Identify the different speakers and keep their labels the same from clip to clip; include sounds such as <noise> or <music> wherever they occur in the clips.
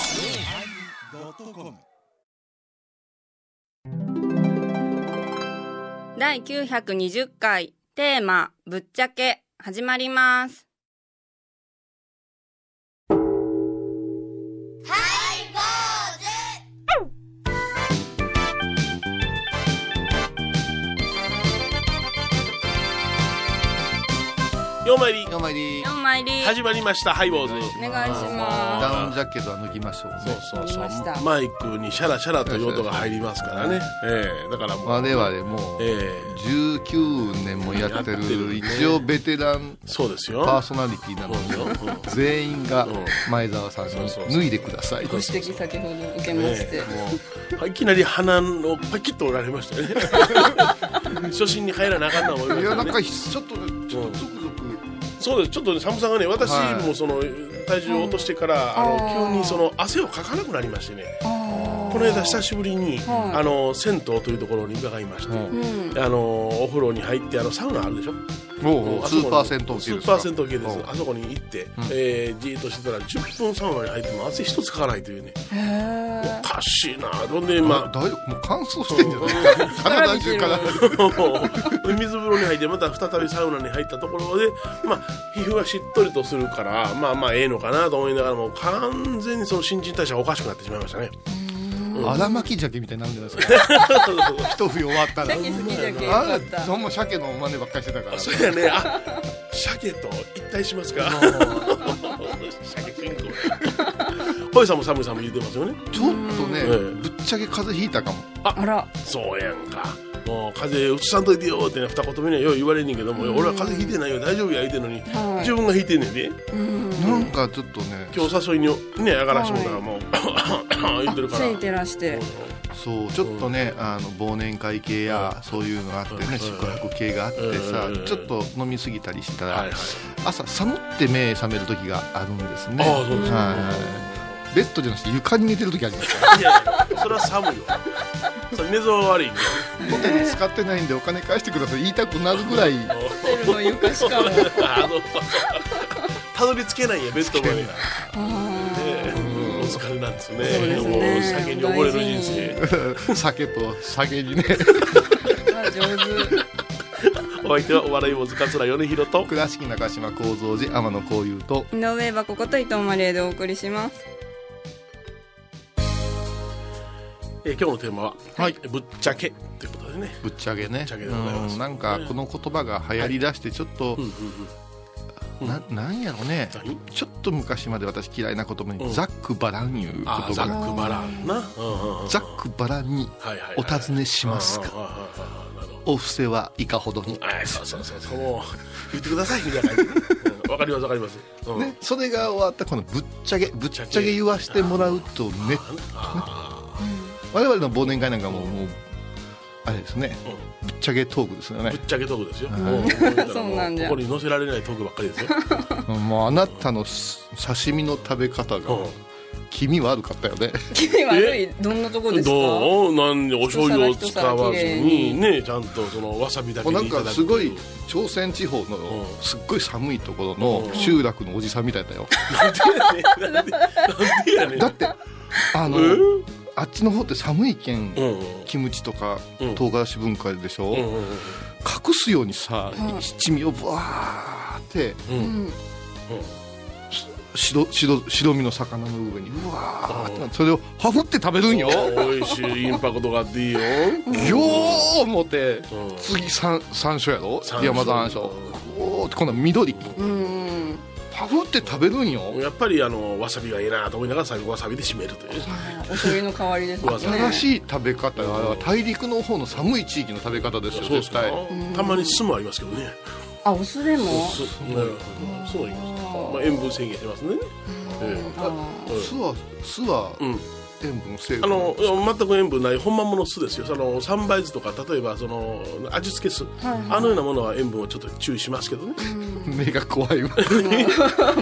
Speaker 1: yosmir
Speaker 2: 第920回テーマ「ぶっちゃけ」始まります
Speaker 3: ようまいり
Speaker 4: よまり
Speaker 2: 4枚入り
Speaker 3: 始まりましたハイボーズ
Speaker 2: お願いしま
Speaker 4: ダウンジャケットは抜きましょうね
Speaker 3: そうそう
Speaker 2: わかりまし
Speaker 3: そ
Speaker 2: た
Speaker 3: うマイクにシャラシャラという音が入りますからねええだからもう
Speaker 4: 我々もう
Speaker 3: ええ
Speaker 4: 19年もやって
Speaker 3: やってる
Speaker 4: る
Speaker 3: ね
Speaker 4: 一応ベテラン
Speaker 3: そうですよ
Speaker 4: パーソナリティなの
Speaker 3: そうよ
Speaker 4: に
Speaker 3: うん
Speaker 4: 全員が
Speaker 3: うん
Speaker 4: 前澤さんに
Speaker 3: そうそうそう
Speaker 4: 脱いでください
Speaker 2: す指摘先ほど受けまして、
Speaker 3: ねえもういきなり鼻をパキッと折られましたね初心に入らなあかんな思いま
Speaker 4: い
Speaker 3: し
Speaker 4: や
Speaker 3: た
Speaker 4: なん
Speaker 3: ね
Speaker 4: かちょっとねちょっとゾクゾク
Speaker 3: そうですちょっとね寒さがね私
Speaker 4: はい
Speaker 3: もその体重を落としてからあ
Speaker 2: あ
Speaker 3: の
Speaker 2: ー
Speaker 3: 急にその汗をかかなくなりましてね
Speaker 2: あー
Speaker 3: この間久しぶりに
Speaker 2: はい
Speaker 3: あの銭湯というところに伺いまして
Speaker 4: うん
Speaker 2: うん
Speaker 3: あのお風呂に入ってあのサウナあるでしょ
Speaker 4: もう
Speaker 3: あ
Speaker 4: ス
Speaker 3: そこ
Speaker 4: ー
Speaker 3: の
Speaker 4: パー銭湯っていうん
Speaker 3: ス
Speaker 4: で
Speaker 3: ー
Speaker 4: すか
Speaker 3: パー銭湯系ですあそこに行って、えーじーっとしてたら10分サウナに入っても汗一つかかないというねおかしいなほんで
Speaker 4: うん
Speaker 3: ま
Speaker 4: あ
Speaker 3: あ <laughs>
Speaker 4: 大丈夫もう乾燥してんじゃない体中から
Speaker 3: 水風呂に入ってまた再びサウナに入ったところで、まあ、皮膚がしっとりとするからまあまあええのかなと思いながらも完全にその新陳代謝がおかしくなってしまいました
Speaker 4: <laughs>
Speaker 3: ね
Speaker 4: 荒巻鮭みたいになるんじゃないですか一冬終わったら
Speaker 2: 好き好きじゃけよか
Speaker 4: あ
Speaker 2: った
Speaker 4: そんな鮭の真似ばっかりしてたから
Speaker 3: そうやねあ鮭と一体しますか <laughs> 鮭金庫 <laughs> ほいさんも寒いさんも言ってますよね
Speaker 4: ちょっとね、
Speaker 3: うん
Speaker 4: ぶっちゃけ風邪ひいたかも。
Speaker 2: あら
Speaker 3: そうやんか。もう風邪うつさんといてよってね二言目にはよう言われんねんけども、俺は風邪ひいてないよ大丈夫や言うてんのに、
Speaker 2: はい
Speaker 3: 自分がひいてんねんで
Speaker 2: うん
Speaker 4: なんかちょっとね、
Speaker 3: 今日誘いにね上がらしてもらったらもう、言ってる
Speaker 2: つ
Speaker 3: から
Speaker 2: いてらして
Speaker 4: そうちょっとね、あの忘年会系やそういうのがあって
Speaker 3: うん
Speaker 4: ね、宿泊系があってさ
Speaker 3: うん、
Speaker 4: ちょっと飲み過ぎたりした
Speaker 3: はいはい
Speaker 4: ら、朝寒って目覚める時があるんですね。
Speaker 3: ああそうですか
Speaker 4: はいベッドじゃなくて床に寝てる時ありますか
Speaker 3: いやいやそれは寒いわそれ寝相悪いんで
Speaker 4: ら。ホテル
Speaker 3: <laughs>
Speaker 4: 使ってないんでお金返してください言いたくなるぐらい。
Speaker 2: ホテル
Speaker 4: <laughs>
Speaker 2: の床しかも
Speaker 3: <laughs> あのたどり着けないんやベッドまで、ね、
Speaker 2: あ
Speaker 3: お疲れなんですね
Speaker 2: そうですね
Speaker 3: もう酒に溺れる人生
Speaker 4: 酒と酒
Speaker 3: <laughs>
Speaker 4: にね
Speaker 2: ーまあ上手
Speaker 3: お相手はお笑い坊主桂米広と
Speaker 4: 倉敷中島幸三寺天野幸雄と
Speaker 3: <laughs>
Speaker 2: 井上はここと伊藤マリエでお送りします
Speaker 3: えー今日のテーマは、
Speaker 4: はい
Speaker 3: ぶっちゃけということでね。
Speaker 4: ぶっちゃけね
Speaker 3: ちゃけでございます
Speaker 4: うんなんかこの言葉が流行りだしてちょっと、
Speaker 3: うんうんうん
Speaker 4: ななんやろね
Speaker 3: 何
Speaker 4: ちょっと昔まで私嫌いな言葉に、
Speaker 3: うん
Speaker 4: ザックバランいう言
Speaker 3: あ
Speaker 4: 葉
Speaker 3: ーザ
Speaker 4: が
Speaker 3: ックバランな。うんうんうん
Speaker 4: ザックバランに
Speaker 3: はいはいはい
Speaker 4: お尋ねしますか
Speaker 3: うんうんうんうんなるほ
Speaker 4: お布施はいかほどに
Speaker 3: どはいそうそうそうそう。もう言ってくださいみたいな感じ。うんわかりますわかります。うん
Speaker 4: ね、それが終わったこのぶっちゃけぶっちゃけ言わしてもらうとね
Speaker 3: あ
Speaker 4: 我々の忘年会なんかももうあれですね
Speaker 3: ーうん
Speaker 4: ぶっちゃけトークですよ
Speaker 3: ぶ
Speaker 4: ね
Speaker 3: っちゃけトークですよ。
Speaker 4: はい
Speaker 3: もうこう言
Speaker 4: <laughs>
Speaker 3: ったらも
Speaker 2: そうなんじゃ
Speaker 3: ここに載せられないトークばっかりですよ。
Speaker 4: もうあなたのす刺身の食べ方が
Speaker 3: うん
Speaker 4: 気味悪かったよね
Speaker 2: 気味悪いどんなとこですか
Speaker 3: どうなんでお醤油を使わ
Speaker 2: 一皿一皿綺
Speaker 3: ずに
Speaker 2: 麗に
Speaker 3: ねちゃんとそのわさびだけ
Speaker 4: もう
Speaker 3: で
Speaker 4: ない
Speaker 3: ただ
Speaker 4: んか
Speaker 3: く
Speaker 4: すごい
Speaker 3: とう
Speaker 4: 朝鮮地方の
Speaker 3: うん
Speaker 4: すっごい寒いところ
Speaker 3: う
Speaker 4: の
Speaker 3: ん
Speaker 4: 集落のおじさんみたいだよ
Speaker 3: いやね
Speaker 4: だってあの
Speaker 3: うん
Speaker 4: あっちの方って寒いけん
Speaker 3: うんうん
Speaker 4: キムチとか
Speaker 3: うん
Speaker 4: 唐辛子文化でしょ、
Speaker 3: うんうん
Speaker 4: 隠すようにさ、
Speaker 2: うん
Speaker 4: 七味をぶわーって
Speaker 3: うんうん
Speaker 2: うん
Speaker 4: 白白白身の魚の上にうわーってそれをハフって食べるんよ、
Speaker 3: 美味しいインパクトがあっていいよ。
Speaker 4: よー思って
Speaker 3: うん
Speaker 4: 次山山椒やろ
Speaker 3: 山椒
Speaker 4: 山山椒おーってこの緑
Speaker 2: うん
Speaker 4: パフって食べるんよ
Speaker 3: やっぱりあのわさびがいいなと思いながら最後わさびで締めるという。
Speaker 2: お醤油の代わりですね
Speaker 4: 新しい食べ方があれは大陸の方の寒い地域の食べ方ですよ絶対
Speaker 2: うん
Speaker 3: たまに酢もありますけどね。
Speaker 2: あお酢でも
Speaker 3: 酢、なるほどそう言います。まあ塩分制限してますね。え
Speaker 2: あー
Speaker 3: え
Speaker 4: 酢は酢は
Speaker 3: うん、
Speaker 4: 塩分成
Speaker 3: あ
Speaker 4: 分
Speaker 3: の全く塩分ない本物の酢ですよその三杯酢とか例えばその味付け酢、あのようなものは塩分をちょっと注意しますけどね
Speaker 4: 目が怖いわ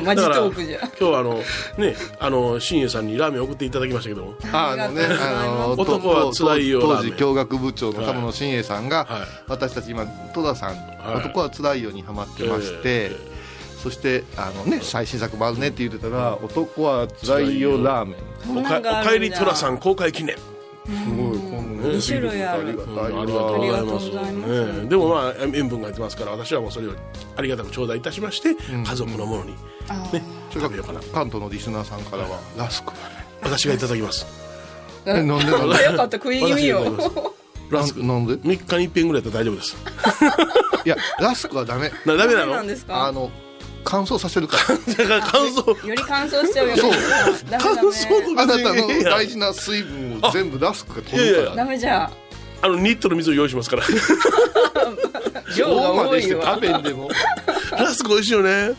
Speaker 2: マジ
Speaker 3: だから
Speaker 2: トー
Speaker 3: 今
Speaker 2: クじゃ
Speaker 3: 日はあのねあの新栄さんにラーメン送っていただきましたけども
Speaker 4: あのねあの
Speaker 3: 男は辛いよ
Speaker 4: 当
Speaker 3: ラー
Speaker 4: 時
Speaker 3: メン
Speaker 4: 教学部長の玉野伸栄さんが、
Speaker 3: はい
Speaker 4: 私たち今戸田さん、
Speaker 3: い
Speaker 4: 男は辛いよにハマってまして、
Speaker 3: え
Speaker 4: そしてあの、ね、最新作もあるねって言ってたら「男はつらいよラーメン」
Speaker 2: そ
Speaker 3: お
Speaker 2: んなんが
Speaker 3: か
Speaker 2: あ
Speaker 3: おかえ
Speaker 2: るん
Speaker 3: り
Speaker 2: だ
Speaker 3: トラさん公開記念
Speaker 4: すごいこんな
Speaker 3: 二
Speaker 2: 種類ある
Speaker 4: りがたい
Speaker 3: ありが
Speaker 4: わ
Speaker 3: とうご
Speaker 2: あり
Speaker 3: ざいます
Speaker 2: がとうございます
Speaker 3: ねでもまあ塩分が入ってますから私はもうそれをありがたく頂戴いたしまして、家族のものに
Speaker 2: あ
Speaker 3: ね
Speaker 4: それ
Speaker 3: 食
Speaker 4: か
Speaker 3: べようかな
Speaker 4: 関東のリスナーさんからは「ラスクはね
Speaker 3: 私がいただきます
Speaker 2: ー
Speaker 4: えなんでなんで
Speaker 2: よかった食い気味よ
Speaker 3: 私がいただきますラスク
Speaker 4: なんで
Speaker 3: 3日に一遍ぐらいだったら大丈
Speaker 2: <laughs>
Speaker 3: 夫です
Speaker 4: いやラスクはダメ
Speaker 3: なダメな
Speaker 2: 何
Speaker 3: の
Speaker 2: なんです
Speaker 4: あ
Speaker 2: か
Speaker 4: の乾燥させるから
Speaker 3: だから感想
Speaker 2: より乾燥しちゃうよ
Speaker 4: そう
Speaker 2: ダメ
Speaker 3: 乾
Speaker 2: ダメ
Speaker 3: 燥
Speaker 4: あなた
Speaker 3: <laughs>
Speaker 4: の
Speaker 3: いや
Speaker 4: 大事な水分を全部ラスクが取
Speaker 3: いやい
Speaker 4: る
Speaker 3: や
Speaker 4: から
Speaker 2: ダメじゃ
Speaker 3: あの2リットル水を用意
Speaker 2: <laughs>
Speaker 3: しますから
Speaker 2: 量が
Speaker 4: そうま
Speaker 2: 多
Speaker 4: でし
Speaker 2: い
Speaker 4: て食
Speaker 2: わ
Speaker 4: べんでも
Speaker 3: ラスク美味しいよねうん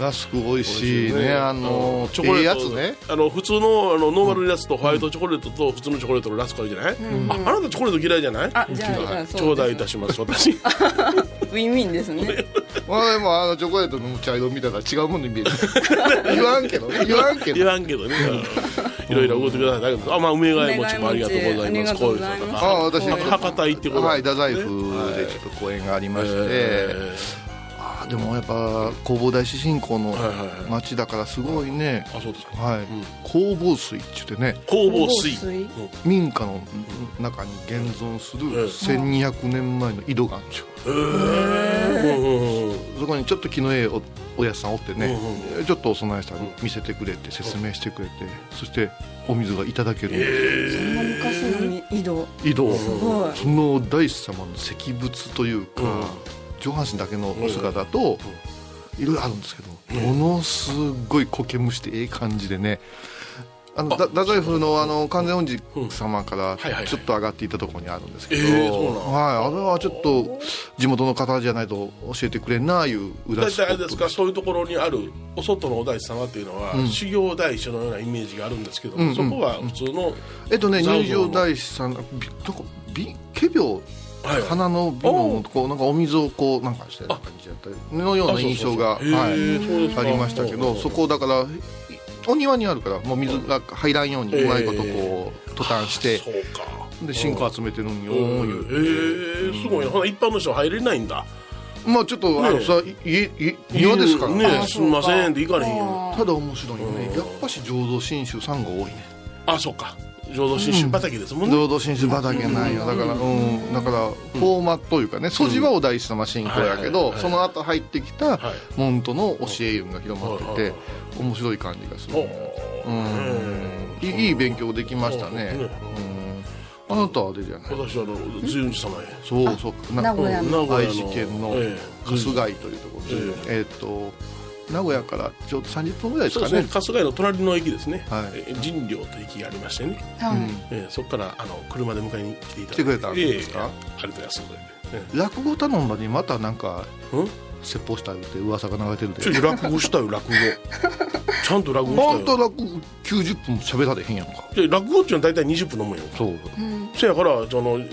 Speaker 4: ラスク美味しい
Speaker 3: 美味しい
Speaker 4: ね
Speaker 3: ね
Speaker 4: あの
Speaker 3: チョコ
Speaker 4: ええ
Speaker 3: レ
Speaker 4: や
Speaker 3: ー
Speaker 4: つ
Speaker 3: ト、
Speaker 4: ね
Speaker 3: あの普通のあのノーマルのやつとホワイトチョコレートと普通のチョコレートのラスクあるじゃない、ああなたチョコレート嫌いじゃない
Speaker 2: あじゃあじゃあ
Speaker 3: 頂
Speaker 2: そう
Speaker 3: 戴
Speaker 2: で
Speaker 3: い
Speaker 2: す
Speaker 3: たします私 <laughs>
Speaker 2: ウィンウィンですね
Speaker 4: まあでもあのチョコレートの茶色見たら違うものに見える <laughs> 言わんけどね言わんけど
Speaker 3: 言わんけどねうんいろいろ動いてくださいだけどあまあ梅ヶ谷餅もありがとうござい
Speaker 2: 梅ヶ谷餅あり
Speaker 3: ま
Speaker 2: が
Speaker 3: す
Speaker 2: と
Speaker 3: こ
Speaker 2: うご
Speaker 3: ういう
Speaker 2: ざいます
Speaker 3: のと
Speaker 4: あ
Speaker 3: か
Speaker 4: 私
Speaker 3: は博多行ってこ
Speaker 4: はい
Speaker 3: い
Speaker 4: 太宰府でちょっと公演がありまして、
Speaker 3: え
Speaker 4: あーでもやっぱ弘法大師信仰の
Speaker 3: はいはいはい
Speaker 4: 町だからすごいね、
Speaker 3: ーあそうですか
Speaker 4: はい弘法水って言ってね
Speaker 3: 工房水
Speaker 2: 工房水
Speaker 3: うん
Speaker 4: 民家の中に現存する1200年前の井戸があるんですよ
Speaker 3: へーうんうんうん
Speaker 4: そこにちょっと気のええおおやつさんおってね、
Speaker 3: う
Speaker 4: ちょっとお供えしたら見せてくれて説明してくれてそしてお水がいただけるんです
Speaker 2: そ
Speaker 4: よ
Speaker 2: んな昔の井戸
Speaker 4: 井戸を
Speaker 2: すごい
Speaker 4: その大師様の石仏というか、
Speaker 3: うん
Speaker 4: 上半身だけのお姿と、いろいろあるんですけど、ものすごい苔むしてええ感じでねあのだ太宰府のあの完全恩寺様から
Speaker 3: はいはいはい
Speaker 4: ちょっと上がっていったところにあるんですけど、
Speaker 3: ええそうなん
Speaker 4: はい、あれはちょっと地元の方じゃないと教えてくれんなあいう裏
Speaker 3: 大
Speaker 4: スポ
Speaker 3: 体あれ
Speaker 4: ッ
Speaker 3: で
Speaker 4: ト
Speaker 3: すかそういうところにあるお外のお大師様っていうのは、修行大師のようなイメージがあるんですけど、
Speaker 4: んうん
Speaker 3: そこは普通の、
Speaker 4: えっとね
Speaker 3: ザオゾウ
Speaker 4: 入場大師さんびどこびけびょう
Speaker 3: はいはい
Speaker 4: 花の瓶をこうなんかお水をこうなんかしてる感じだったりのような印象
Speaker 3: あ
Speaker 4: が
Speaker 3: そうそうそう
Speaker 4: はい
Speaker 3: へーそうですか
Speaker 4: ありましたけどそこをだからお庭にあるからもう水が入らんように
Speaker 3: ええ
Speaker 4: うまいことこうトタンして
Speaker 3: そうか
Speaker 4: で信仰集めてるんよ
Speaker 3: へ
Speaker 4: いう
Speaker 3: ーすごいなほな一般の人は入れないんだ
Speaker 4: まあちょっとあの
Speaker 3: ねえ
Speaker 4: さ家家庭ですから
Speaker 3: ね
Speaker 4: ね
Speaker 3: すみませんって行かれへんよ
Speaker 4: ただ面白いよね
Speaker 3: うん
Speaker 4: やっぱし浄土真宗さんが多いね
Speaker 3: あそうか浄土真宗畑ですもんね、
Speaker 4: 浄土真宗畑なんよだからうんだからフォーマットというかね素地はお大師様信仰やけ
Speaker 3: はいはい
Speaker 4: ど
Speaker 3: はい
Speaker 4: その後入ってきた
Speaker 3: はい
Speaker 4: 門徒の教えが広まってて面白い感じがす
Speaker 3: お
Speaker 4: るうんいいいい勉強できましたね
Speaker 3: ね
Speaker 4: うんあなたはあれじゃない
Speaker 3: 私はあの随雲寺様へ
Speaker 4: そうそうな
Speaker 2: 名古屋の
Speaker 3: 名古
Speaker 4: 愛
Speaker 3: 屋の
Speaker 4: 知県の
Speaker 3: ええ
Speaker 4: 春日井というところでえっと名古屋からちょうど30分ぐらいで
Speaker 3: そ
Speaker 4: す
Speaker 3: う
Speaker 4: か
Speaker 3: ですね
Speaker 4: ね
Speaker 3: 春日井の隣の駅ですね、
Speaker 4: はい
Speaker 3: え神領という駅がありましてね、
Speaker 2: はい
Speaker 3: ええそこからあの車で迎えに来ていただいて
Speaker 4: 来てくれたんですか
Speaker 3: ええありがとうございます
Speaker 4: 落語頼んだにまたなんか
Speaker 3: うん
Speaker 4: 説法したいって噂が流れてるで
Speaker 3: ちょい落語したよ落
Speaker 4: <laughs>
Speaker 3: 語ちゃんと落語
Speaker 4: あん
Speaker 3: した
Speaker 4: た
Speaker 3: よ
Speaker 4: 落語90分も喋られへんやんか
Speaker 3: ちょい落語っていうのは大体20分のもんよ
Speaker 4: そう
Speaker 3: せやからそのあのユ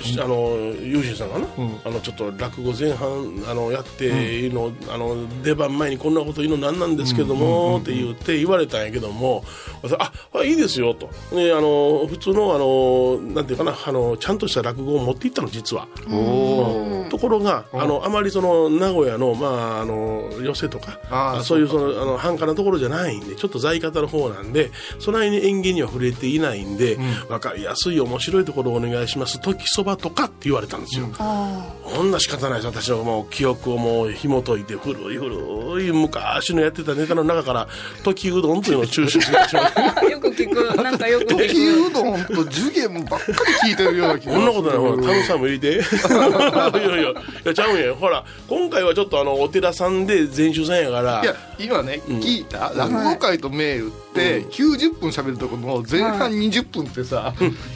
Speaker 3: ーシーさんがな、
Speaker 4: うん
Speaker 3: あのちょっと落語前半あのやっていうの、あの出番前にこんなこと言うのなんなんですけども、って言って言われたんやけども私ああいいですよと、ね、あの普通のあのなんていうかなあのちゃんとした落語を持っていったの実は。
Speaker 4: お
Speaker 3: ところが、あのあまりその名古屋の,、まあ、あの寄席とか
Speaker 4: あー
Speaker 3: そういうそのあの繁華なところじゃないんでちょっと在方の方なんでそないに演芸には触れていないんで、わかりやすい面白いところをお願いします時そばとかって言われたんですよ。
Speaker 2: あ
Speaker 3: こんな仕方ないです私のもう記憶をもう紐解いて古い古い昔のやってたネタの中から時うどんというのを抽出してしま
Speaker 2: <laughs>
Speaker 3: って
Speaker 2: ーよく
Speaker 3: <laughs>
Speaker 2: 聞くなんかよく
Speaker 4: 時
Speaker 2: 聞く
Speaker 4: うどんと寿元ばっかり聞いてるような気が
Speaker 3: そんなことないほらタムさんも入れて <laughs> いやいやいやちゃうんやほら今回はちょっとあのお寺さんで全集さんやから
Speaker 4: いや今ね聞いた落語会と銘打って90分喋るとこの前半20分ってさ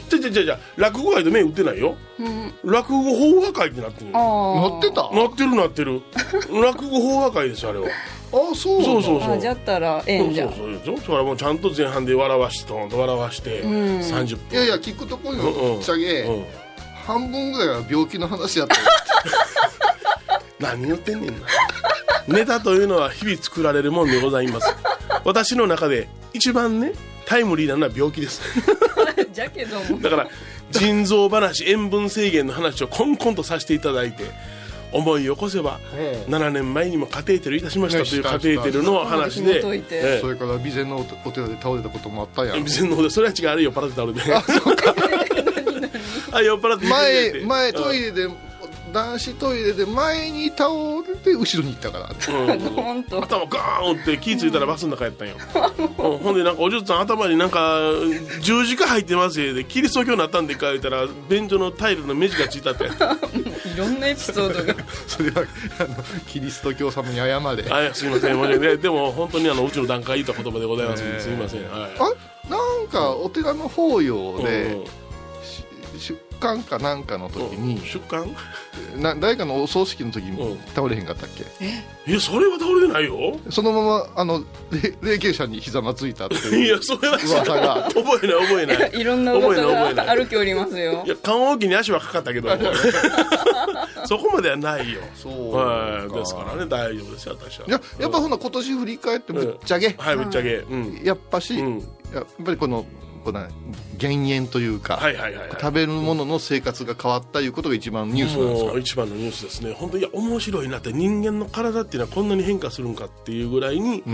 Speaker 3: じゃじゃじゃじゃ落語界で目打ってないよ
Speaker 2: うん
Speaker 3: 落語法話会ってなってるな
Speaker 2: あ
Speaker 4: 乗ってたあ
Speaker 3: ってるなってる落語法話会ですよあれは
Speaker 4: そう
Speaker 3: そうそうう
Speaker 2: ー
Speaker 3: そ
Speaker 2: あ
Speaker 3: う
Speaker 2: じゃったらえ
Speaker 3: そ
Speaker 2: えん
Speaker 3: う
Speaker 2: じゃ
Speaker 3: そ
Speaker 2: ん
Speaker 3: うそうだからもうちゃんと前半で笑わしてと笑わして
Speaker 2: ん
Speaker 3: 30分
Speaker 4: いやいや聞くとこに
Speaker 3: うんうん
Speaker 4: ぶっちゃ
Speaker 3: うん
Speaker 4: け半分ぐらいは病気の話やったよ
Speaker 3: 何言ってんねんな <laughs> ネタというのは日々作られるもんでございます私の中で一番ねタイムリーなのは病気です <laughs>
Speaker 2: <laughs> じゃけども
Speaker 3: だから腎臓話塩分制限の話をコンコンとさせていただいて思い起こせば
Speaker 4: ええ
Speaker 3: 7年前にもカテーテルいたしましたという
Speaker 4: した
Speaker 3: カテーテルの話で
Speaker 1: そこまで紐解いて
Speaker 3: え
Speaker 4: それから備前のお寺で倒れたこともあったや
Speaker 3: え
Speaker 4: ん
Speaker 3: 別の方でそれは違うあれ酔っ払ってた俺で <laughs> あ酔っ払って <laughs>
Speaker 4: 前前トイ
Speaker 3: レ
Speaker 4: レで男子トイレで前に倒れて後ろに行ったから
Speaker 1: 本当
Speaker 3: 頭ガーン打って気ぃ付いたらバスの中やったんよ、うんほんでなんかお嬢さん頭になんか十字架入ってますよでキリスト教になったんでか言うたら便所のタイルの目地がついた
Speaker 4: <laughs>
Speaker 3: って
Speaker 1: いろんなエピソードが
Speaker 4: <laughs> それはあのキリスト教様に謝れ
Speaker 3: あいやすいません申し訳ないでも本当にあのうちの段階言った言葉でございますんで、すいませんはい
Speaker 4: あなんかお寺の法要
Speaker 3: うん
Speaker 4: でし出棺かなんかの時に
Speaker 3: 出棺
Speaker 4: な誰かのお葬式の時
Speaker 3: うん
Speaker 4: に倒れへんかったっけ
Speaker 3: いやそれは倒れてないよ
Speaker 4: そのままあの霊霊柩車にひざまついたって
Speaker 3: <laughs> い
Speaker 4: いう
Speaker 3: やそれは知らん
Speaker 4: 噂
Speaker 3: <laughs>
Speaker 4: が
Speaker 3: 覚えない覚えない
Speaker 1: いろんな
Speaker 3: 覚えな
Speaker 1: 噂
Speaker 3: い覚え
Speaker 1: が
Speaker 3: ない
Speaker 1: 歩きおりますよ
Speaker 3: いや棺桶に足はかかったけどそこまではないよ
Speaker 4: そう
Speaker 3: はいですからね大丈夫ですよ私はい
Speaker 4: ややっぱその今年振り返ってぶっちゃけ、
Speaker 3: はいぶっちゃけうん
Speaker 4: やっぱし、
Speaker 3: うん
Speaker 4: やっぱりこのこの減塩というか、
Speaker 3: はいはいはいはい
Speaker 4: 食べるものの生活が変わったいうことが一番ニュースなんです
Speaker 3: もう一番のニュースですね本当いや面白いなって人間の体っていうのはこんなに変化するんかっていうぐらいに、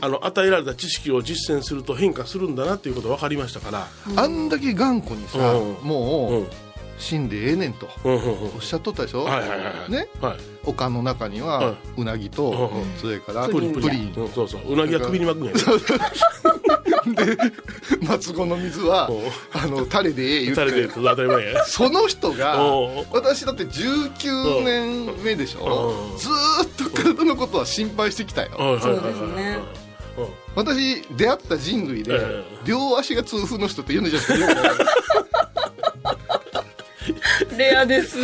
Speaker 3: あの与えられた知識を実践すると変化するんだなっていうことが分かりましたから、
Speaker 4: あんだけ頑固にさ、
Speaker 3: うんうん
Speaker 4: も
Speaker 3: う
Speaker 4: うん死んでええねんと
Speaker 3: うんうん
Speaker 4: おっしゃっとったでしょ、
Speaker 3: はいはいはいはい
Speaker 4: ね
Speaker 3: はい
Speaker 4: 丘の中にはうなぎと、
Speaker 3: うん
Speaker 4: それから
Speaker 3: プリンプ
Speaker 4: プ
Speaker 3: リ
Speaker 4: リ
Speaker 3: ン
Speaker 4: ン
Speaker 3: うんそうそううなぎは首に巻くんやね
Speaker 4: 松子の水は
Speaker 3: おう
Speaker 4: あのタレでええ言
Speaker 3: 垂れて
Speaker 4: っ
Speaker 3: る
Speaker 4: て
Speaker 3: と当たり前や
Speaker 4: その人が
Speaker 3: おう
Speaker 4: 私だって19年目でしょ
Speaker 3: うん
Speaker 4: ずーっと体のことは心配してきたよ
Speaker 3: はいはいはい
Speaker 1: そうですね
Speaker 3: うん
Speaker 4: 私出会った人類で、
Speaker 3: え
Speaker 4: 両足が痛風の人って言うんじゃないですか
Speaker 1: レアです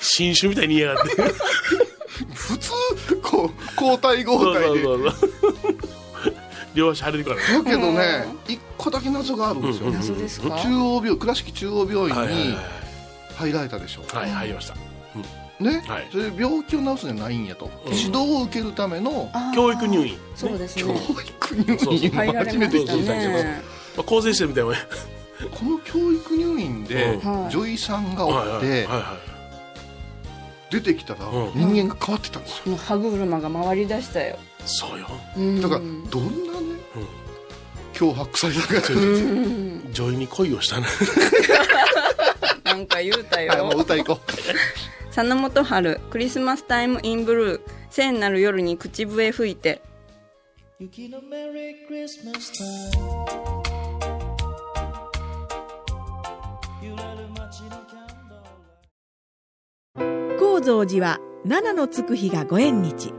Speaker 3: 新種みたいに言いやがって
Speaker 4: 普通こう交代交
Speaker 3: そう
Speaker 4: 代
Speaker 3: そうそ
Speaker 4: で
Speaker 3: うそう両足腫れてるからね
Speaker 4: だけどね一個だけ謎があるんですよ、
Speaker 3: うんうん
Speaker 1: 謎ですか
Speaker 4: 中央病倉敷中央病
Speaker 3: はいは
Speaker 4: 院
Speaker 3: い
Speaker 4: に入られたでしょ、
Speaker 3: はいはい入りました
Speaker 4: ね、
Speaker 3: はい
Speaker 4: それ病気を治すんじゃないんやと、指導を受けるための
Speaker 1: あー
Speaker 3: 教育入院
Speaker 1: そうです
Speaker 4: 教
Speaker 1: ね
Speaker 4: 育入
Speaker 3: そうそう
Speaker 4: 院
Speaker 1: 入られ
Speaker 4: 初
Speaker 1: ま
Speaker 4: めて聞
Speaker 1: し
Speaker 4: い
Speaker 1: た
Speaker 4: たんですけど
Speaker 1: ね
Speaker 3: まあ構成してみたいなね
Speaker 4: この教育入院で
Speaker 1: うん
Speaker 4: 女医さんが
Speaker 3: はい
Speaker 4: おっ
Speaker 3: はい
Speaker 4: て
Speaker 3: はいはい
Speaker 4: 出てきたら
Speaker 3: うん
Speaker 4: 人間が変わってたんですよ
Speaker 1: もう歯車が回りだしたよ
Speaker 3: そうよ
Speaker 1: うん
Speaker 4: だからどんなね脅迫されたかという
Speaker 1: うん
Speaker 3: 女医に恋をしたな <laughs>
Speaker 1: なんか言うた
Speaker 4: はいもう
Speaker 1: よ
Speaker 4: 歌いこう
Speaker 2: 佐野元春クリスマスタイムインブルー聖なる夜に口笛吹いて
Speaker 5: 雪のメリークリスマスタイム揺れる街のキャンドル
Speaker 6: 高蔵寺は七のつく日がご縁日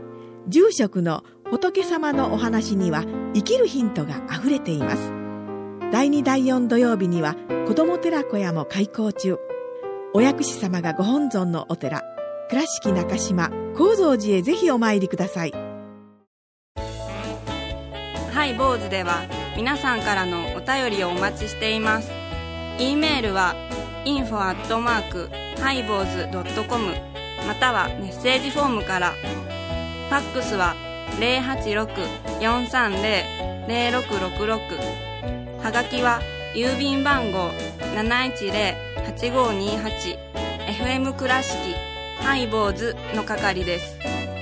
Speaker 6: 住職の仏様のお話には生きるヒントがあふれています第2第4土曜日には子ども寺小屋も開校中お薬師様がご本尊のお寺倉敷中島・高蔵寺へぜひお参りください
Speaker 2: ハイボーズでは皆さんからのお便りをお待ちしています。e メールは info アットマークハイボーズドットコムまたはメッセージフォームから。ファックスは086-430-0666はがきは郵便番号710-8528 FM 倉敷ハイボーズの係です。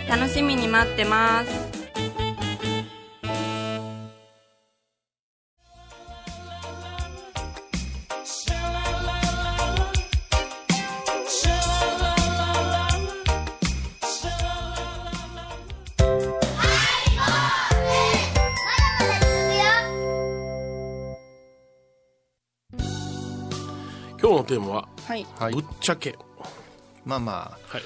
Speaker 2: 楽しみに待ってます。
Speaker 3: 今日のテーマ <laughs> は
Speaker 2: はい。
Speaker 4: はい
Speaker 3: ぶっちゃけ
Speaker 4: まあまあ
Speaker 3: はい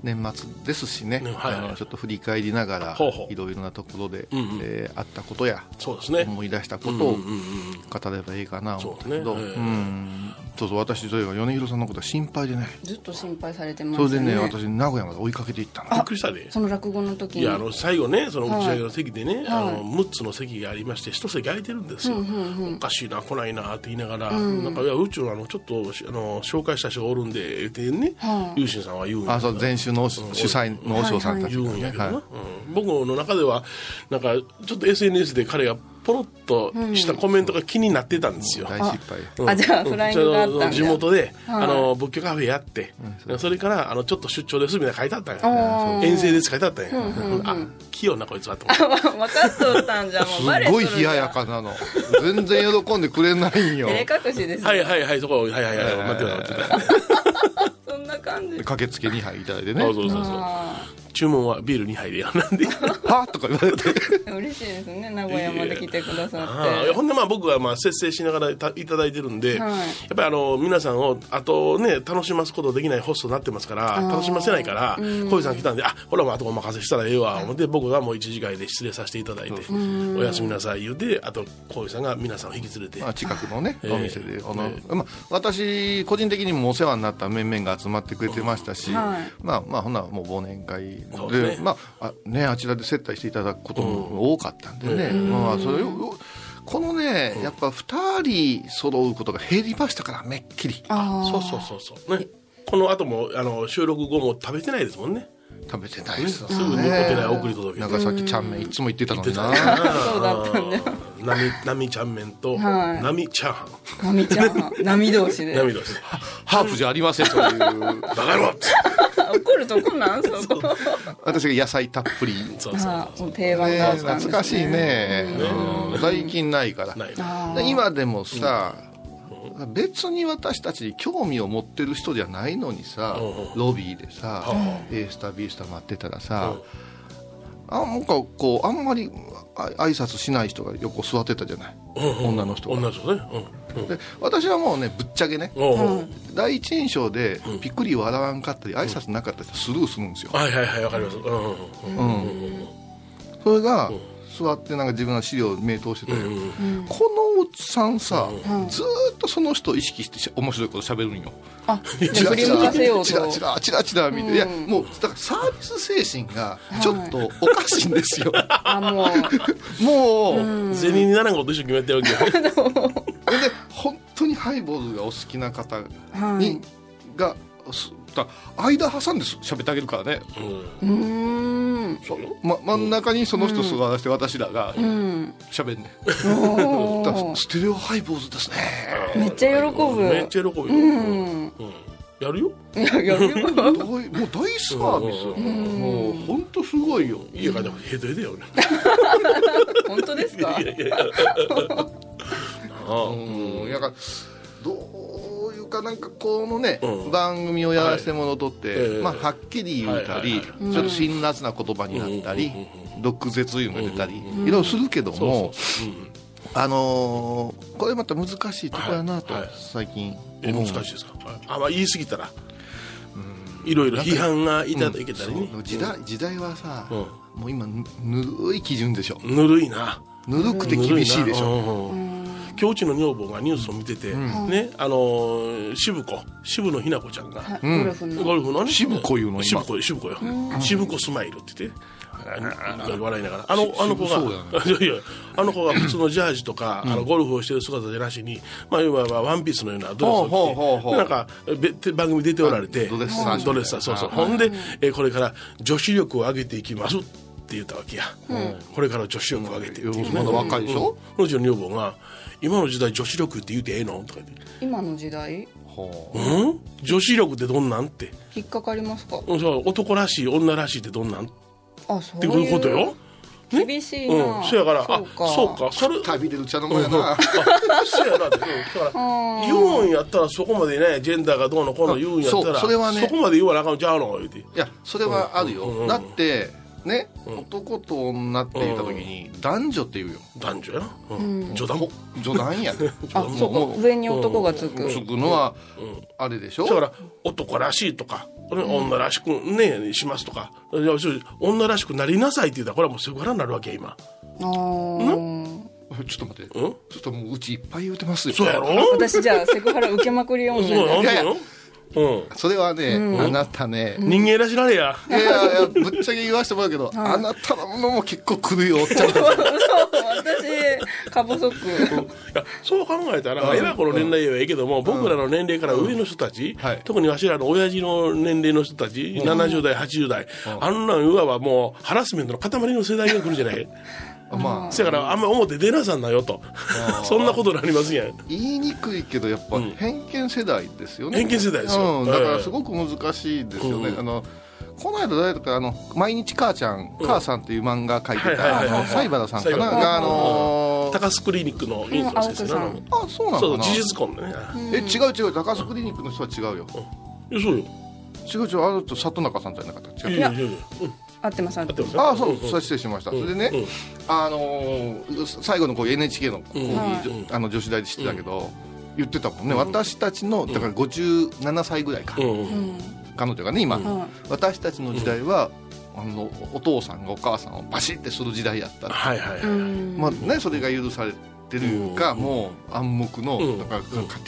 Speaker 4: 年末ですしね、
Speaker 3: ねはいはい
Speaker 4: あのちょっと振り返りながら
Speaker 3: ほうほう
Speaker 4: いろいろなところで、
Speaker 3: うんうん
Speaker 4: えーあったことや
Speaker 3: そうですね
Speaker 4: 思い出したこ
Speaker 3: う
Speaker 4: と
Speaker 3: ん
Speaker 4: を
Speaker 3: うんうんうん
Speaker 4: 語ればいいかな思ったけど、
Speaker 3: そう
Speaker 4: う
Speaker 3: ねええ
Speaker 4: んそうそう私それが米広さんのことは心配でね
Speaker 1: ずっと心配されてま
Speaker 4: それ
Speaker 1: す
Speaker 4: でね私名古屋まで追いかけていったの
Speaker 3: びっくりしたで
Speaker 1: その落語の時
Speaker 3: い
Speaker 1: に
Speaker 3: やあの最後ねその打ち上げの席でね、あ
Speaker 1: は
Speaker 3: の
Speaker 1: い
Speaker 3: 6つの席がありまして1席空いてるんですよ、おかしいな来ないなって言いながら、なんかいや宇宙のあのちょっとしあの紹介した人がおるんでってね
Speaker 1: はい
Speaker 3: 有心、さんは言うんや
Speaker 4: あそう前週のおし主催の和尚さんたち
Speaker 3: 言
Speaker 4: が
Speaker 3: うんや
Speaker 4: ね
Speaker 3: けどな、
Speaker 4: は
Speaker 3: うん僕の中ではなんかちょっと SNS で彼がポロッとしたコメントが気になってたんですよ、
Speaker 4: 大失敗
Speaker 3: うん
Speaker 1: あじゃあフライングがあったんだ
Speaker 3: うん地元で、
Speaker 1: はい
Speaker 3: あの仏教カフェやって、それからあのちょっと出張ですみたいなの書いてあったん
Speaker 1: お
Speaker 3: や
Speaker 1: ー
Speaker 3: 遠征です書いてあったんや、
Speaker 1: んうん
Speaker 3: あ器用なこいつはと思って
Speaker 1: <laughs> 分かっとったんじゃもうバレ
Speaker 4: す
Speaker 1: と
Speaker 4: ご
Speaker 1: る
Speaker 4: い
Speaker 1: じゃん
Speaker 4: 冷ややかなの全然喜んでくれないんよ
Speaker 1: 照れ隠しです、
Speaker 3: はいはいはいそこはいはいはい、はい、待って待って待って
Speaker 1: そんな感じ
Speaker 4: 駆けつけ2杯いただいてね
Speaker 3: そうそうそうそう
Speaker 1: あ
Speaker 3: 注文はビール2杯でやなんで
Speaker 4: はとか言われて
Speaker 1: ー嬉しいですね名古屋まで来てくださ
Speaker 3: あ
Speaker 1: っ
Speaker 3: あほんでまあ僕はまあ節制しながらいたいただいてるんで、
Speaker 1: はい
Speaker 3: やっぱりあの皆さんをあとね楽しますことできないホストになってますから楽しませないから小池さん来たんであほらまああとお任せしたらええわ思って僕がもう1時間で失礼させていただいておやすみなさい言うてあと小池さんが皆さんを引き連れて
Speaker 4: まあ、近くのね、
Speaker 3: ええ
Speaker 4: お店であの、
Speaker 3: え
Speaker 4: まあ、私個人的にもお世話になった面々が集まってくれてましたし、
Speaker 1: はい
Speaker 4: まあまあほんならもう忘年会で
Speaker 3: そうですね
Speaker 4: まああ,、ね、あちらで接待していただくことも多かったんでね、まあ、それをこのねやっぱ2人揃うことが減りましたからめっきり
Speaker 3: あそうそうそうそうねこの後もあの収録後も食べてないですもんね
Speaker 4: 食べてないですよ
Speaker 3: すぐにお寺へ送り届けて
Speaker 4: 長崎ちゃんめんいつも行ってたのにな
Speaker 3: あ
Speaker 4: あ
Speaker 3: ー
Speaker 1: そうだったんだ
Speaker 3: なみなみちゃん麺と、
Speaker 1: はい
Speaker 3: なみチャーハン
Speaker 1: て波ちゃんは波同
Speaker 3: <laughs>
Speaker 1: 士で
Speaker 3: なみどうです
Speaker 4: ハーフじゃありませんという
Speaker 3: バカ野郎
Speaker 1: 怒るとこなんそこ
Speaker 4: <laughs> 私が野菜たっぷり
Speaker 3: そうそう
Speaker 1: あーもう定番
Speaker 4: ね
Speaker 1: があったんです、
Speaker 4: 懐かしいね、うん最近ないから
Speaker 3: ない
Speaker 1: あ
Speaker 4: で
Speaker 1: ー
Speaker 4: 今でもさ、別に私たちに興味を持ってる人じゃないのにさ、
Speaker 3: う
Speaker 4: ロビーでさ、A スタ B スタ待ってたらさ、あなんかこうあんまりあ挨拶しない人が横座ってたじゃない、女の人が
Speaker 3: 女の人ねうん
Speaker 4: で私はもうねぶっちゃけね、
Speaker 3: うんおうおう
Speaker 4: 第一印象でびっくり笑わんかったり挨拶なかったりスルーするんですよ、
Speaker 3: はいはいはいわかりますうんうんうん
Speaker 4: それが座ってなんか自分の資料を目通してたよ、このおっさんさ、ずーっとその人を意識してし面白いこと喋るんよ、
Speaker 1: あ
Speaker 4: チ
Speaker 1: じゃあ
Speaker 4: ラ
Speaker 1: 振り
Speaker 4: チラ
Speaker 1: 回せよう
Speaker 4: チラ
Speaker 1: と
Speaker 4: チラチラチラ見て、いやもうだからサービス精神がちょっとおかしいんですよ、
Speaker 1: あも
Speaker 4: <laughs>
Speaker 1: う
Speaker 4: もう、
Speaker 3: うん銭にならんこと一緒に決めてるわけよ
Speaker 4: で本当にハイボールがお好きな方に、がすだから間挟んで喋ってあげるからね、
Speaker 1: うーん
Speaker 3: そうよ
Speaker 4: ま、真ん中にその人座らせて私らが喋んね、
Speaker 1: お
Speaker 4: だから
Speaker 1: ー
Speaker 4: ステレオハイボールですね
Speaker 1: めっちゃ喜ぶ
Speaker 3: めっちゃ喜ぶようんうんやるよ
Speaker 1: いやいや
Speaker 4: 大もう大サービス、もう本当すごいよ
Speaker 3: 家がでもヘドヘドよ
Speaker 1: <laughs>
Speaker 3: ね
Speaker 1: 本当ですか
Speaker 3: いやいやいやあ
Speaker 4: うん、なんかどういうかなんかこのね、
Speaker 3: うん
Speaker 4: 番組をやらせてものとって、
Speaker 3: はいええ
Speaker 4: まあ、はっきり言うたり、
Speaker 3: はいはい
Speaker 4: ちょっと辛辣な言葉になったり、毒舌言うの出たり、いろいろするけども、あのーこれまた難しいところやなと、
Speaker 3: はいはい
Speaker 4: 最近
Speaker 3: え難しいですかあまあ言い過ぎたらいろいろ批判がいただけたりね
Speaker 4: そう時代時代はさ、
Speaker 3: うん
Speaker 4: もう今ぬぬるい基準でしょ
Speaker 3: ぬるいな
Speaker 4: ぬるくて厳しいでしょ、
Speaker 3: ょ今日うちの女房がニュースを見てて、ねあのー渋子渋野日向子ちゃんが、
Speaker 1: ゴルフの
Speaker 3: ゴルフのね
Speaker 4: 渋子いうの今
Speaker 3: 渋子渋子よ渋子スマイルって言ってあの笑いながらあのあの子が、
Speaker 4: 渋そう
Speaker 3: <laughs> いやいやあの子が普通のジャージとか、あのゴルフをしてる姿でなしに、まあ、いわばワンピースのようなドレスを着て
Speaker 4: ほうほうほうほう
Speaker 3: でなんかべて番組出ておられて
Speaker 4: あドレッサー
Speaker 3: ドレッサーそうそうほんで、えーこれから女子力を上げていきますって言ったわけや、これから女子力を上げてっていうね
Speaker 4: まだ若いでしょ、
Speaker 3: うちの女房が「今の時代女子力って言うてええの?」とか言って
Speaker 1: 今の時代
Speaker 3: 「
Speaker 4: ほ
Speaker 3: うん女子力ってどんなん?」って
Speaker 1: 引っかかりますか
Speaker 3: うんそう男らしい女らしいってどんなんっ
Speaker 1: あそう
Speaker 3: て
Speaker 1: い
Speaker 3: いううことよね
Speaker 1: 厳しいな、
Speaker 3: うんそやから
Speaker 1: そうか
Speaker 3: あそうかそれ
Speaker 4: う旅でる茶の間やな、
Speaker 3: あそうやなってうんだから言うんやったらそこまでねジェンダーがどうのこうの言うんやった
Speaker 4: そ
Speaker 3: ら
Speaker 4: うそれはね
Speaker 3: こまで言わなあかんちゃうの言うて
Speaker 4: いやそれはあるよ、
Speaker 3: うんうんうん
Speaker 4: だってね、男と女って言った時に男女って言うよ
Speaker 3: 男女やなうん女談
Speaker 4: 女男やね
Speaker 1: あそうか上に男がつく、
Speaker 4: つくのはあれでしょ
Speaker 3: だから男らしいとかね女らしくねしますとかいやそう女らしくなりなさいって言ったらこれはもうセクハラになるわけや今
Speaker 1: あー
Speaker 4: ちょっと待ってち
Speaker 3: う
Speaker 4: ょ
Speaker 3: ん
Speaker 4: っともううちいっぱい言うてますよ
Speaker 3: そうやろ
Speaker 1: 私じゃあセクハラ受けまくり女
Speaker 3: そうやろ
Speaker 4: いやいや
Speaker 3: そうようん
Speaker 4: それはね、あなたね、
Speaker 3: 人間らしられや
Speaker 4: いやいやいやぶっちゃけ言わせてもらうけど、あなたのものも結構狂いおっちゃう
Speaker 1: 私か細く
Speaker 3: いやそう考えたら、今この年代はええけども、僕らの年齢から上の人たち、
Speaker 4: はい
Speaker 3: 特にわしらの親父の年齢の人たち、70代、80代、あんなんいわばもうハラスメントの塊の世代が来るんじゃない
Speaker 4: あまあ
Speaker 3: せやからあんまり表出なさんなよとそんなことになりますやん
Speaker 4: 言いにくいけどやっぱ
Speaker 3: うん
Speaker 4: 偏見世代ですよね、
Speaker 3: 偏見世代ですよ、
Speaker 4: うん、だからすごく難しいですよね、
Speaker 3: うん
Speaker 4: あのこの間誰とかあの「毎日母ちゃん、母さん」っていう漫画書いて
Speaker 3: はいは
Speaker 4: た
Speaker 3: いはいはい
Speaker 4: 西原さんかな
Speaker 3: 西原
Speaker 4: があのー
Speaker 3: 高須クリニックの院長先生な
Speaker 1: うん青木
Speaker 4: あそうな
Speaker 3: そ
Speaker 4: の
Speaker 3: う
Speaker 4: かな
Speaker 3: 事実婚でね
Speaker 4: え違う違う高須クリニックの人は違うよ
Speaker 3: いやそうよ
Speaker 4: 違う違うあの人里中さんじゃなかった違
Speaker 3: いうやいやいやうん
Speaker 1: 合ってます合っ
Speaker 3: 合ってて
Speaker 1: ま
Speaker 3: ますすよ
Speaker 4: あそう
Speaker 3: うん
Speaker 4: それ失礼しました、
Speaker 3: うん
Speaker 4: それでね、
Speaker 3: うん
Speaker 4: あのー最後のこう NHK の講義、
Speaker 1: うん
Speaker 4: あの女子大で知ってたけど、言ってたもんね、私たちのだから57歳ぐらいか、
Speaker 3: うんうん
Speaker 1: うん
Speaker 4: 彼女がね今、
Speaker 1: はい
Speaker 4: 私たちの時代は、あのお父さんがお母さんをバシッてする時代やった、
Speaker 3: はいはいはい、
Speaker 1: うん
Speaker 4: まあね、それが許されてるいうか、
Speaker 3: うん
Speaker 4: もう暗黙の、
Speaker 3: うん
Speaker 4: だから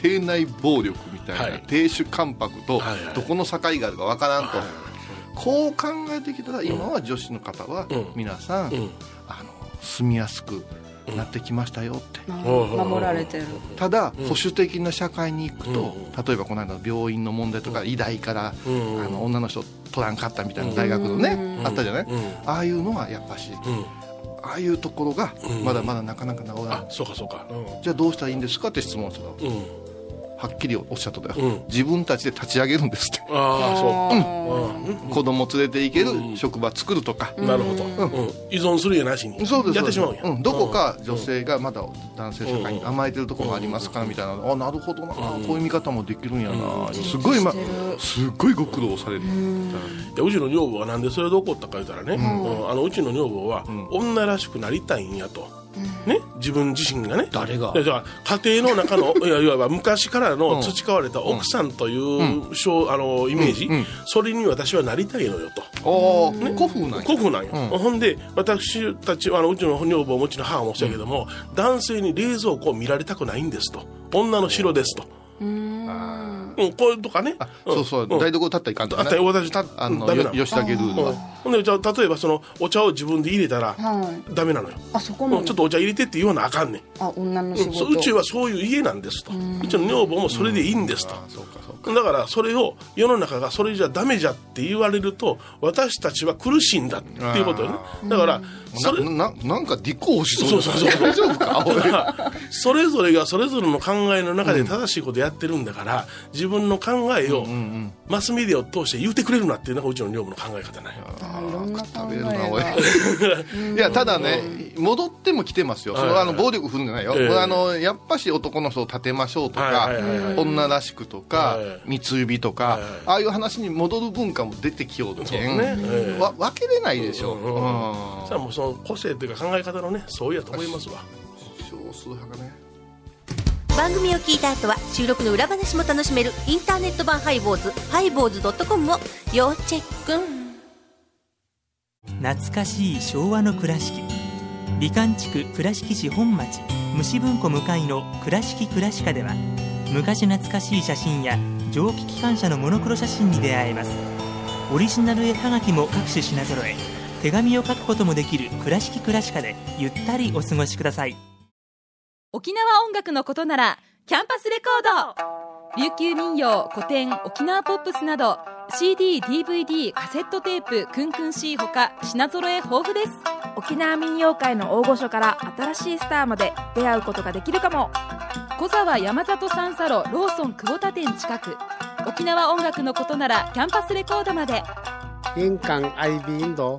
Speaker 4: 家庭内暴力みたいな、
Speaker 3: はい
Speaker 4: 亭主関白と、
Speaker 3: はいはい
Speaker 4: どこの境があるかわからんと、
Speaker 3: はい
Speaker 4: こう考えてきたら今は女子の方は、
Speaker 3: うん
Speaker 4: 皆さん、
Speaker 3: うん
Speaker 4: あの住みやすくなってきましたよって。
Speaker 1: まあ
Speaker 3: うん
Speaker 1: 守られてる
Speaker 4: ただ
Speaker 3: うん
Speaker 4: 保守的な社会に行くと、
Speaker 3: うん
Speaker 4: 例えばこの間の病院の問題とか医大から、
Speaker 3: うん
Speaker 4: あの女の人取らんかったみたいな大学のね、
Speaker 1: うん
Speaker 4: あったじゃない、
Speaker 3: うん
Speaker 4: ああいうのはやっぱし
Speaker 3: うん
Speaker 4: ああいうところが
Speaker 3: うん
Speaker 4: まだまだなかなか治らない、
Speaker 3: あそうかそうかう
Speaker 4: じゃあどうしたらいいんですかって質問したらは
Speaker 3: んうん
Speaker 4: っきりおっしゃっただよ、
Speaker 3: うん
Speaker 4: 自分たちで立ち上げるんですって、
Speaker 3: ああそう
Speaker 1: あ
Speaker 4: 子供連れて行ける、
Speaker 3: うん
Speaker 4: 職場作るとか、
Speaker 3: うんなるほど、
Speaker 4: ん
Speaker 3: うん依存するやなしに
Speaker 4: そうです
Speaker 3: やってしまうんや、
Speaker 4: そうですんどこか女性がまだ男性社会に甘えてるところがありますからみたいな、あなるほどな、
Speaker 3: うん
Speaker 4: こういう見方もできるんやな、
Speaker 3: うん
Speaker 4: すごい、ま
Speaker 1: して、る
Speaker 4: すごいご苦労される、
Speaker 3: いやうちの女房はなんでそれで怒ったか言うたらね、うんあのうちの女房は
Speaker 4: ん
Speaker 3: 女らしくなりたいんやと、ね、自分自身がね
Speaker 4: 誰が
Speaker 3: いやじゃあ家庭の中
Speaker 4: <laughs>
Speaker 3: のいやいわば昔からの培われた奥さんという、しょうあのイメージ、
Speaker 4: うんうん
Speaker 3: それに私はなりたいのよと。
Speaker 4: ああ、古風なんや
Speaker 3: 古風なんよ、
Speaker 4: うん
Speaker 3: ほんで私たちあのうちの女房もうちの母もそうやけども、男性に冷蔵庫を見られたくないんですと女の城ですと、うん、こういうとかね
Speaker 4: あそうそう、
Speaker 3: ん
Speaker 4: 台所立ったらいかんとか、
Speaker 3: あた私
Speaker 4: 立あの
Speaker 3: ダメなの
Speaker 4: よ吉武ルールは、
Speaker 3: ほんでじゃあ例えばそのお茶を自分で入れたら
Speaker 1: は
Speaker 3: ダメなのよ、
Speaker 1: いあそこ
Speaker 3: も
Speaker 1: も
Speaker 3: うちょっとお茶入れてって言わなあかんねん
Speaker 1: あ女の
Speaker 3: う
Speaker 1: 仕
Speaker 3: ん
Speaker 1: 事
Speaker 3: そううちはそういう家なんですとうちの女房もそれでいいんですと
Speaker 4: あそうかそうか
Speaker 3: だからそれを世の中がそれじゃダメじゃって言われると私たちは苦しいんだっていうことよねだからそれ
Speaker 4: なななんか立候補しそう
Speaker 3: そうそうそう
Speaker 4: 大丈夫かおい
Speaker 3: だからそれぞれがそれぞれの考えの中で正しいことやってるんだから、自分の考えをマスメディアを通して言うてくれるなっていうのがうちの女房の考え方なんよ
Speaker 1: あいろんな考
Speaker 4: 食べ
Speaker 1: え
Speaker 4: る
Speaker 1: が
Speaker 4: なおい <laughs> いやただね戻っても来てますよ、それはあの暴力振るんじゃないよ、
Speaker 3: ええ
Speaker 4: あのやっぱし男の人を立てましょうとか、
Speaker 3: はいはいはいはい
Speaker 4: 女らしくと
Speaker 3: は
Speaker 4: か、
Speaker 3: い
Speaker 4: 三つ指とか、
Speaker 3: いはい
Speaker 4: ああいう話に戻る文化も出てきようけん
Speaker 3: そうねええ
Speaker 4: わ分けれないでしょ、
Speaker 3: う
Speaker 4: うんん
Speaker 3: うんうんじゃあもうその個性というか考え方のねそうやと思いますわ
Speaker 4: 少数派がね
Speaker 7: 番組を聞いた後は収録の裏話も楽しめるインターネット版ハイボーズハイボーズドットコムを要チェック
Speaker 8: 懐かしい昭和の倉敷美観地区倉敷市本町虫文庫向かいの「倉敷倉歯科」では昔懐かしい写真や蒸気機関車のモノクロ写真に出会えますオリジナル絵はがきも各種品揃え手紙を書くこともできる「倉敷倉歯科」でゆったりお過ごしください
Speaker 9: 沖縄音楽のことならキャンパスレコード琉球民謡古典沖縄ポップスなど CDDVD カセットテープクンクン C ほか品揃え豊富です
Speaker 10: 沖縄民謡界の大御所から新しいスターまで出会うことができるかも
Speaker 9: 小沢山里三佐路ローソン久保田店近く沖縄音楽のことならキャンパスレコードまで
Speaker 11: 印港 I B 印度。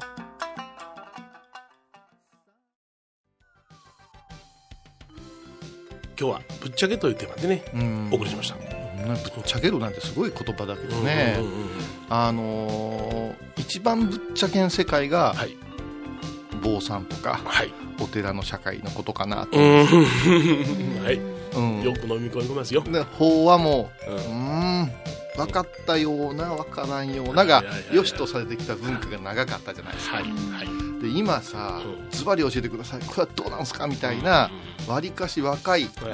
Speaker 3: 今日はぶっちゃけというテーマでね
Speaker 4: うん
Speaker 3: お送りしました
Speaker 4: ぶっちゃけるなんてすごい言葉だけどね、
Speaker 3: うんうんうんうん
Speaker 4: あのー一番ぶっちゃけん世界が
Speaker 3: はい
Speaker 4: 坊さんとか
Speaker 3: はい
Speaker 4: お寺の社会のことかなと、
Speaker 3: うんはい
Speaker 4: うん
Speaker 3: よく飲み込みますよ
Speaker 4: で法話も
Speaker 3: うん
Speaker 4: うーん分かったような分からんようなが
Speaker 3: いやいやいやいや
Speaker 4: 良しとされてきた文化が長かったじゃないですか、
Speaker 3: はいはい
Speaker 4: で今さ
Speaker 3: うん
Speaker 4: ズバリ教えてくださいこれはどうなんすかみたいなわりかし若い
Speaker 3: うんはい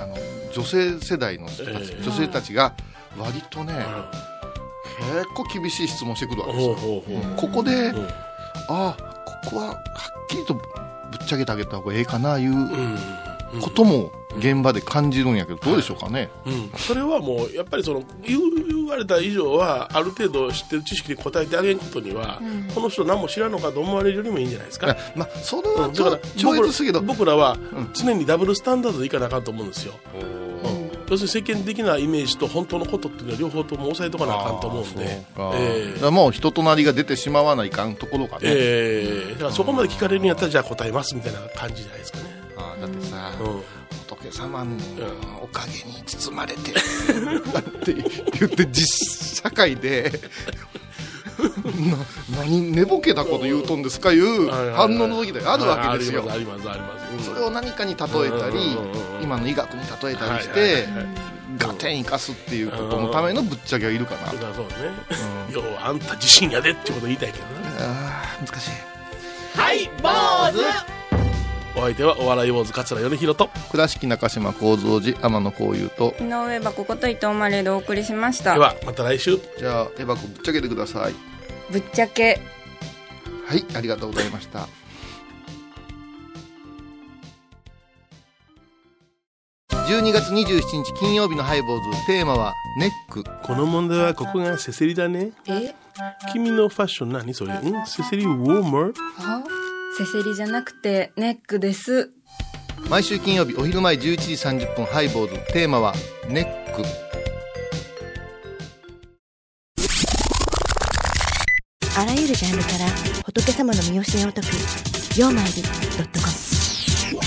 Speaker 4: あの女性世代の人たち、
Speaker 3: ええ
Speaker 4: 女性たちが割とね、結構厳しい質問してくるわけです
Speaker 3: ほう
Speaker 4: よ、
Speaker 3: ほうほう
Speaker 4: ここで、
Speaker 3: うん
Speaker 4: ああここははっきりとぶっちゃけてあげた方がええかないう
Speaker 3: うん
Speaker 4: ことも現場で感じるんやけどどうでしょうかね、
Speaker 3: うんそれはもうやっぱりその言う言われた以上はある程度知ってる知識で答えてあげることには、
Speaker 4: うん
Speaker 3: この人何も知らんのかと思われるよりもいいんじゃないですか、
Speaker 4: まあ、それ
Speaker 3: はだから
Speaker 4: 超越
Speaker 3: す僕ら僕らは常にダブルスタンダードでいかなあかんと思うんですよ、うん要するに世間的なイメージと本当のことっていうのは両方とも抑えとかなあかんと思うんで
Speaker 4: あ
Speaker 3: え
Speaker 4: ー
Speaker 3: え
Speaker 4: だからもう人となりが出てしまわないかんところがね、
Speaker 3: ええだからそこまで聞かれるんやったらじゃあ答えますみたいな感じじゃないですかね
Speaker 4: ああだってさ、仏様のおかげに包まれてって言って実社会で <laughs> な何寝ぼけたこと言うとんですかいう反応の時であるわけですよ
Speaker 3: ありますありますあります
Speaker 4: それを何かに例えたり今の医学に例えたり
Speaker 3: はいは
Speaker 4: して
Speaker 3: いはいはい
Speaker 4: ガテン生かすっていうことのためのぶっちゃけはいるか
Speaker 3: だ
Speaker 4: な
Speaker 3: からそうね、要はあんた自身やでってこと言いたいけど
Speaker 4: な難しい
Speaker 5: はい坊主
Speaker 3: お相手はお笑い坊主桂米宏と
Speaker 4: 倉敷中島幸三寺天野幸雄と
Speaker 2: 井上箱こと伊藤マレーでお送りしました
Speaker 4: では
Speaker 3: また来週
Speaker 4: じゃあエバコぶっちゃけてください
Speaker 2: ぶっちゃけ
Speaker 4: はいありがとうございました12月27日金曜日のハイボーズテーマはネック
Speaker 3: この問題はここがせせりだね
Speaker 1: え
Speaker 3: 君のファッション何それんせせりウォーマー
Speaker 1: はせせりじゃなくてネックです
Speaker 4: 毎週金曜日お昼前11時30分ハイボーズテーマはネック
Speaker 12: あらゆるジャンルから仏様の身教えを解く「曜マイルドットコム」